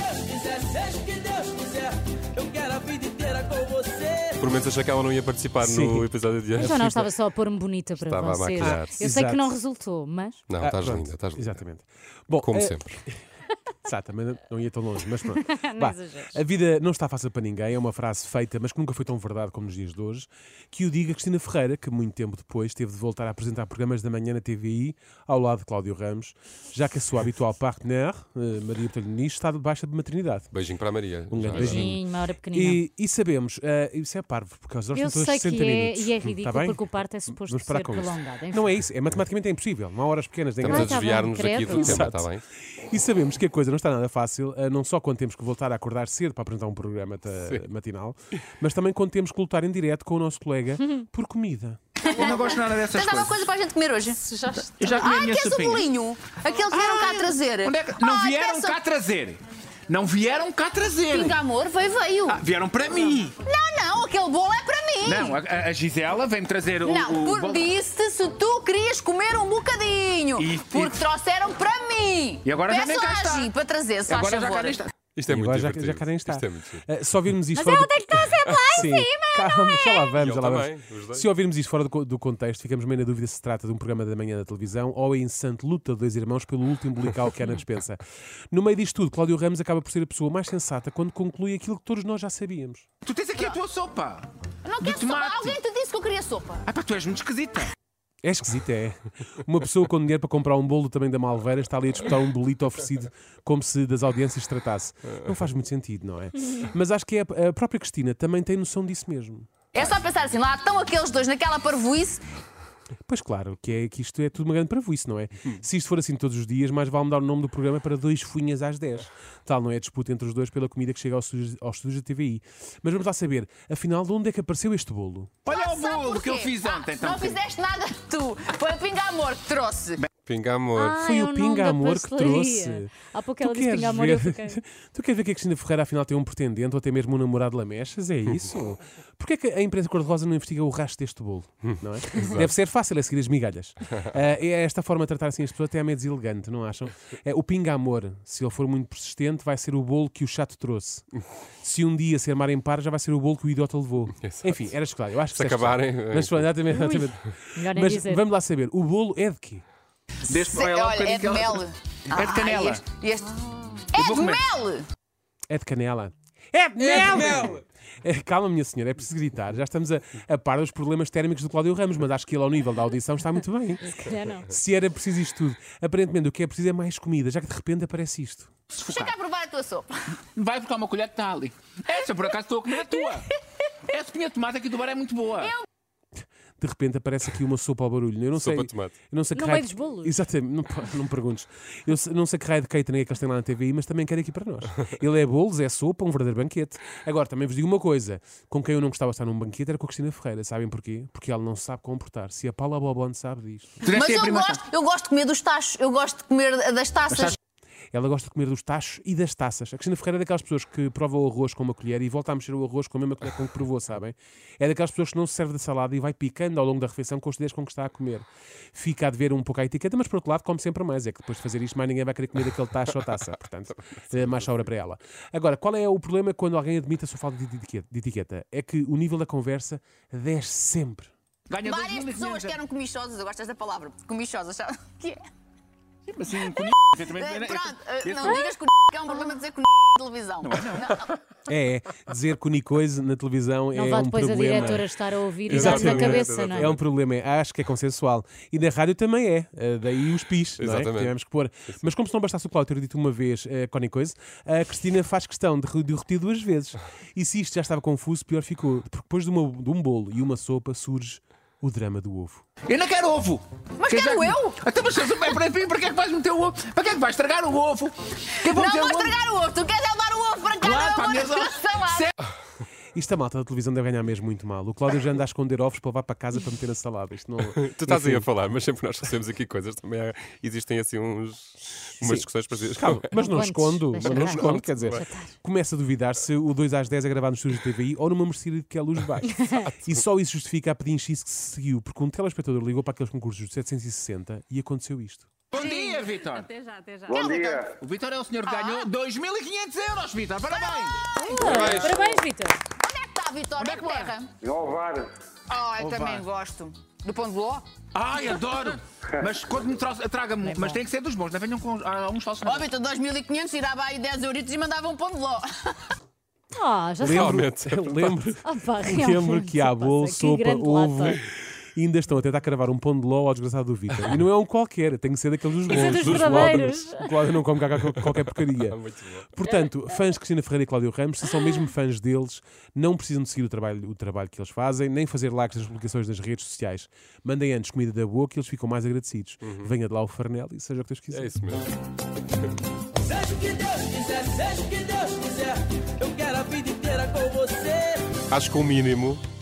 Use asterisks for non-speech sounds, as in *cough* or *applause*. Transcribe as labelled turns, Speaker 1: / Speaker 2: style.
Speaker 1: Seja o que Deus quiser, eu quero a vida inteira com você.
Speaker 2: Por menos achei que ela não ia participar
Speaker 3: Sim.
Speaker 2: no episódio de
Speaker 4: Mas
Speaker 2: hoje.
Speaker 4: eu não estava só a pôr-me bonita para
Speaker 2: Estava a
Speaker 4: vocês.
Speaker 2: maquilhar.
Speaker 4: eu sei que
Speaker 3: Exato.
Speaker 4: não resultou, mas
Speaker 2: Não,
Speaker 3: Ah,
Speaker 2: estás
Speaker 3: pronto,
Speaker 2: linda, estás linda.
Speaker 3: Exatamente. Bom,
Speaker 2: Como
Speaker 4: É.
Speaker 3: eh,
Speaker 2: sempre.
Speaker 3: Exato, também não- não ia tão longe, mas
Speaker 4: *laughs*
Speaker 3: pronto.
Speaker 4: não
Speaker 3: Vá,
Speaker 4: exageres.
Speaker 3: a vida não está fácil para ninguém, é uma frase feita, mas que nunca foi tão verdade como nos dias de hoje, que o diga Cristina Ferreira, que muito tempo depois teve de voltar a apresentar programas da manhã na TVI, ao lado de Cláudio Ramos, já que a sua habitual partner, eh, Maria Petalhonis, está de baixa de maternidade.
Speaker 2: Beijinho para a Maria.
Speaker 3: Um grande
Speaker 2: Já agora.
Speaker 3: beijinho.
Speaker 4: Sim, uma hora pequenina.
Speaker 3: E, e sabemos, eh, isso é parvo, porque as horas
Speaker 4: Eu
Speaker 3: são
Speaker 4: sei
Speaker 3: todas
Speaker 4: que
Speaker 3: 60
Speaker 4: é,
Speaker 3: minutos.
Speaker 4: e é
Speaker 3: Hum, tá
Speaker 4: ridículo
Speaker 3: bem?
Speaker 4: porque o parto é suposto
Speaker 3: Vamos parar
Speaker 4: ser
Speaker 3: com isso.
Speaker 4: prolongado. Enfim.
Speaker 3: Não é isso, é matematicamente impossível, não há horas pequenas de
Speaker 2: Estamos
Speaker 4: Ah,
Speaker 2: a
Speaker 4: tá bom,
Speaker 2: desviar-nos aqui do
Speaker 4: credo.
Speaker 2: tema,
Speaker 3: Exato.
Speaker 2: está bem?
Speaker 3: E sabemos que a coisa não está nada fácil, eh, não só quando temos que voltar a acordar cedo para apresentar um programa ta- matinal, mas também quando temos que lutar em direto com o nosso
Speaker 2: *laughs*
Speaker 3: colega por comida.
Speaker 5: Eu não gosto nada dessas
Speaker 6: Tens alguma
Speaker 5: coisas.
Speaker 6: coisa para a gente comer hoje?
Speaker 5: Eu já comi a
Speaker 6: Ah,
Speaker 5: minha
Speaker 6: queres o
Speaker 5: sopinha.
Speaker 6: bolinho? Aquele que vieram cá trazer.
Speaker 5: Onde é que... Não
Speaker 6: Ah,
Speaker 5: vieram
Speaker 6: peça-
Speaker 5: cá trazer. Não vieram cá trazer.
Speaker 6: Pinga amor, veio, veio.
Speaker 5: Ah, vieram para mim.
Speaker 6: Não, não, aquele bolo é para mim.
Speaker 5: Não, a, a Gisela vem trazer o.
Speaker 6: Não,
Speaker 5: o
Speaker 6: por
Speaker 5: bolo.
Speaker 6: disse se tu querias comer um bocadinho.
Speaker 5: E-
Speaker 6: porque
Speaker 5: e-
Speaker 6: trouxeram para mim.
Speaker 5: E agora já
Speaker 6: Peço
Speaker 5: nem cá
Speaker 6: à
Speaker 5: está.
Speaker 6: Gi para trazer, se faz
Speaker 5: Agora já
Speaker 6: favor.
Speaker 5: cá nem está.
Speaker 2: Isto é
Speaker 3: E
Speaker 2: muito
Speaker 3: agora já,
Speaker 2: divertido.
Speaker 3: já cá nem está.
Speaker 2: Isto é muito giro.
Speaker 3: Eh, se ouvirmos isto
Speaker 4: Mas
Speaker 3: fora
Speaker 4: ela
Speaker 3: do...
Speaker 4: tem que estar sempre lá em
Speaker 3: Sim,
Speaker 4: cima. é?
Speaker 3: calma, já lá vamos,
Speaker 2: E
Speaker 3: já
Speaker 2: ele
Speaker 3: lá
Speaker 2: também, os
Speaker 3: vamos.
Speaker 2: dois.
Speaker 3: Se ouvirmos isto fora do, co- do contexto, ficamos meio na dúvida se trata de um programa da manhã da televisão ou é incessante luta de dois irmãos pelo último bolicau que há na despensa. No meio disto tudo, Cláudio Ramos acaba por ser a pessoa mais sensata quando conclui aquilo que todos nós já sabíamos.
Speaker 5: Tu tens aqui a tua sopa.
Speaker 6: Eu Não
Speaker 5: De
Speaker 6: quero sopa.
Speaker 5: tomate.
Speaker 6: Alguém te disse que eu queria sopa.
Speaker 5: Ah, pá, tu és muito esquisita.
Speaker 3: É esquisito, é. Uma pessoa com dinheiro para comprar um bolo também da Malveira está ali a disputar um bolito oferecido como se das audiências se tratasse. Não faz muito sentido, não é? Mas acho que é a a própria Cristina também tem noção disso mesmo.
Speaker 6: É só pensar assim, lá estão aqueles dois naquela parvoíce.
Speaker 3: Pois claro, que, é, que isto é tudo uma grande isso não é? Se isto for assim todos os dias, mais vale mudar o nome do programa para dois funhas às 10. Tal não é a disputa entre os dois pela comida que chega aos estúdios, aos estúdios da TVI. Mas vamos lá saber, afinal, de onde é que apareceu este bolo?
Speaker 5: Olha o
Speaker 6: Sabe
Speaker 5: bolo que eu
Speaker 6: porquê?
Speaker 5: fiz
Speaker 6: Ah,
Speaker 5: ontem. então,
Speaker 6: Não fizeste nada tu. Foi o pinga amor que trouxe.
Speaker 2: Pinga amor.
Speaker 4: Ah,
Speaker 3: Foi
Speaker 4: é
Speaker 3: o
Speaker 4: nome
Speaker 3: Pinga
Speaker 4: da
Speaker 3: Amor que
Speaker 4: pastelaria.
Speaker 3: trouxe.
Speaker 4: Há pouco
Speaker 3: Tu
Speaker 4: Ah, ela disse
Speaker 3: queres
Speaker 4: Pinga Amor e eu fiquei.
Speaker 3: *laughs* tu queres ver que a Cristina Ferreira afinal tem um pretendente ou até mesmo um namorado lamechas? É
Speaker 2: *laughs*
Speaker 3: isso? Porquê é que a imprensa cor-de-rosa não investiga o rastro deste bolo?
Speaker 2: Hum.
Speaker 3: Não
Speaker 2: *laughs*
Speaker 3: é? Deve ser fácil, é seguir as migalhas. Ah, é esta forma de tratar assim as pessoas até é meio deselegante, não acham? É, o Pinga Amor, se ele for muito persistente, vai ser o bolo que o chato trouxe. Se um dia se armar em par, já vai ser o bolo que o idiota levou.
Speaker 2: Exato.
Speaker 3: Enfim, era escolar. Eu acho que
Speaker 2: Se
Speaker 3: disseste
Speaker 2: acabarem,
Speaker 3: bem.
Speaker 2: é,
Speaker 3: Mas,
Speaker 2: enfim.
Speaker 3: exatamente, exatamente.
Speaker 4: Melhor nem
Speaker 3: Mas
Speaker 4: dizer.
Speaker 3: vamos lá saber, o bolo é de quê?
Speaker 5: Deste
Speaker 6: Se-
Speaker 5: para ela um
Speaker 6: olha, é de
Speaker 5: bocadinho que
Speaker 6: mel.
Speaker 5: ela- É de canela.
Speaker 6: Ah, este- este-
Speaker 5: Eu
Speaker 6: É
Speaker 5: vou
Speaker 6: de
Speaker 5: comer.
Speaker 6: mel!
Speaker 3: É de canela. É de mel! É, Calma, minha senhora, é preciso gritar. Já estamos a, a par dos problemas térmicos do Cláudio Ramos, mas acho que ele, ao nível da audição, está muito bem.
Speaker 4: Já não.
Speaker 3: Se era preciso isto tudo, aparentemente o que é preciso é mais comida, já que de repente aparece isto.
Speaker 6: Chega a provar a tua sopa.
Speaker 5: Vai buscar uma colher que está ali. Essa, por acaso, estou a comer a tua. Essa pinha de tomate aqui do bar é muito boa.
Speaker 3: De repente aparece aqui uma sopa ao barulho. Eu não
Speaker 2: Sopa
Speaker 3: sei.
Speaker 2: de tomate.
Speaker 3: Eu não sei que
Speaker 4: No
Speaker 3: raio
Speaker 4: meio dos bolos.
Speaker 3: Exatamente, não, pá, não me perguntes. Eu se- não sei que raio de catering é que eles têm lá na TVI, mas também quero aqui para nós. Ele é bolos, é sopa, um verdadeiro banquete. Agora, também vos digo uma coisa: com quem eu não gostava de estar num banquete era com a Cristina Ferreira. Sabem porquê? Porque ela não se sabe comportar-se. E a Paula Bobon sabe disto.
Speaker 5: Tu deste
Speaker 6: Mas
Speaker 5: aí a
Speaker 6: eu
Speaker 5: primeira-
Speaker 6: gosto, eu gosto de comer dos tachos, eu gosto de comer das taças.
Speaker 3: Ela gosta de comer dos tachos e das taças. A Cristina Ferreira é daquelas pessoas que prova o arroz com uma colher e volta a mexer o arroz com a mesma colher com que provou, sabem? É daquelas pessoas que não se serve da salada e vai picando ao longo da refeição com os dedos com que está a comer. Fica a dever um pouco à etiqueta, mas por outro lado come sempre mais. É que depois de fazer isto mais ninguém vai querer comer aquele tacho ou taça. Portanto, é mais sobra para ela. Agora, qual é o problema quando alguém admite a sua falta de etiqueta? de etiqueta? É que o nível da conversa desce sempre.
Speaker 5: Ganha
Speaker 6: Várias pessoas
Speaker 5: 2.500.
Speaker 6: que eram comichosas, eu gosto desta palavra, comichosas, sabe? o Que é?
Speaker 5: Mas sim, com eu também-
Speaker 6: Eh, Pronto, eh,
Speaker 5: Esse-
Speaker 6: não digas que *laughs* é um problema dizer que de televisão.
Speaker 3: É, é. Dizer que coisa na televisão
Speaker 4: Não
Speaker 3: é
Speaker 4: vá
Speaker 3: um
Speaker 4: depois
Speaker 3: problema.
Speaker 4: a diretora estar a ouvir e dar
Speaker 3: Exatamente.
Speaker 4: na cabeça, não é?
Speaker 3: É um problema, é, acho que é consensual. E na rádio também é, eh, daí os pis, não é? que
Speaker 2: Exatamente.
Speaker 3: tivemos que pôr. Mas como se não bastasse o Cláudio ter dito uma vez eh, Connie Coisa, a Cristina faz questão de, re- de o repetir duas vezes. E se isto já estava confuso, pior ficou. Porque depois de, uma- de um bolo e uma sopa surge o drama do ovo.
Speaker 5: Eu não quero ovo.
Speaker 6: Mas
Speaker 5: Quem
Speaker 6: quero
Speaker 5: já-
Speaker 6: eu?
Speaker 5: Então, mas se- para, para, para que é que vais meter o ovo? Para que é que vais estragar o ovo? Que é
Speaker 6: Não vou estragar o ovo, tu queres é levar o ovo para cá,
Speaker 5: Lá,
Speaker 6: não
Speaker 5: para a
Speaker 6: vou *laughs*
Speaker 5: mesa.
Speaker 6: salada.
Speaker 3: Isto a malta da televisão deve ganhar mesmo muito mal. O Cláudio já anda a esconder ovos para levar para casa para meter na salada. Isto não.
Speaker 2: Tu estás aí a falar, mas sempre que nós recebemos aqui coisas, também há- existem assim uns, umas discussões para dizer.
Speaker 3: Calma, mas não
Speaker 4: Antes,
Speaker 3: escondo, mas
Speaker 4: deixa
Speaker 3: não
Speaker 4: estar.
Speaker 3: escondo, quer dizer, começa a duvidar se o 2 às 10 é gravado no estúdio de TVI ou numa mercearia de que é luz de baixo.
Speaker 4: *laughs*
Speaker 3: e só isso justifica a pedinchice que se seguiu, porque um telespectador ligou para aqueles concursos de 760 e aconteceu isto.
Speaker 5: Bom dia, Vitor.
Speaker 7: Até já, até já.
Speaker 8: Bom dia.
Speaker 5: O Vitor é o senhor que ganhou
Speaker 6: Ah.
Speaker 5: 2.500 euros, Vitor. Parabéns.
Speaker 4: Parabéns, Parabéns Vitor.
Speaker 6: Onde é que está, Vitor?
Speaker 5: Onde é
Speaker 6: Em
Speaker 5: que
Speaker 6: que
Speaker 5: mora?
Speaker 6: terra?
Speaker 8: Em Alvar.
Speaker 6: Ah, eu
Speaker 5: Opa.
Speaker 6: também gosto. Do pão de ló?
Speaker 5: Ai, adoro. Mas quando me trouxe, traga-me. um. mas tem que ser dos bons. Não venham com ah, uns falsos.
Speaker 6: Ó, Vitor, 2.500, tirava aí 10 euritos e mandava um pão de ló.
Speaker 4: Ah, já
Speaker 2: *laughs*
Speaker 4: sei.
Speaker 2: Realmente.
Speaker 3: *laughs* Eu lembro,
Speaker 4: Opa,
Speaker 3: lembro
Speaker 4: realmente,
Speaker 3: que há bolo,
Speaker 4: passa, que
Speaker 3: sopa,
Speaker 4: grande
Speaker 3: ovo.
Speaker 4: lata.
Speaker 3: E ainda estão a tentar cravar um pão de ló ao desgraçado do Vitor. E não é um qualquer, tem que ser daqueles dos
Speaker 4: que ser
Speaker 3: bons.
Speaker 4: dos verdadeiros.
Speaker 3: Cláudio. O Cláudio não come cá cá qualquer porcaria.
Speaker 2: *laughs* Muito bom.
Speaker 3: Portanto, fãs de Cristina Ferreira e Cláudio Ramos, se são mesmo fãs deles, não precisam de seguir o trabalho, o trabalho que eles fazem, nem fazer likes nas publicações nas redes sociais. Mandem antes comida da boa que eles ficam mais agradecidos. Venha de lá o farnel e seja o que Deus quiser.
Speaker 2: Uhum. É isso mesmo.
Speaker 1: Seja o que Deus quiser, seja o que Deus quiser, eu quero a vida inteira com você.
Speaker 2: Acho que o mínimo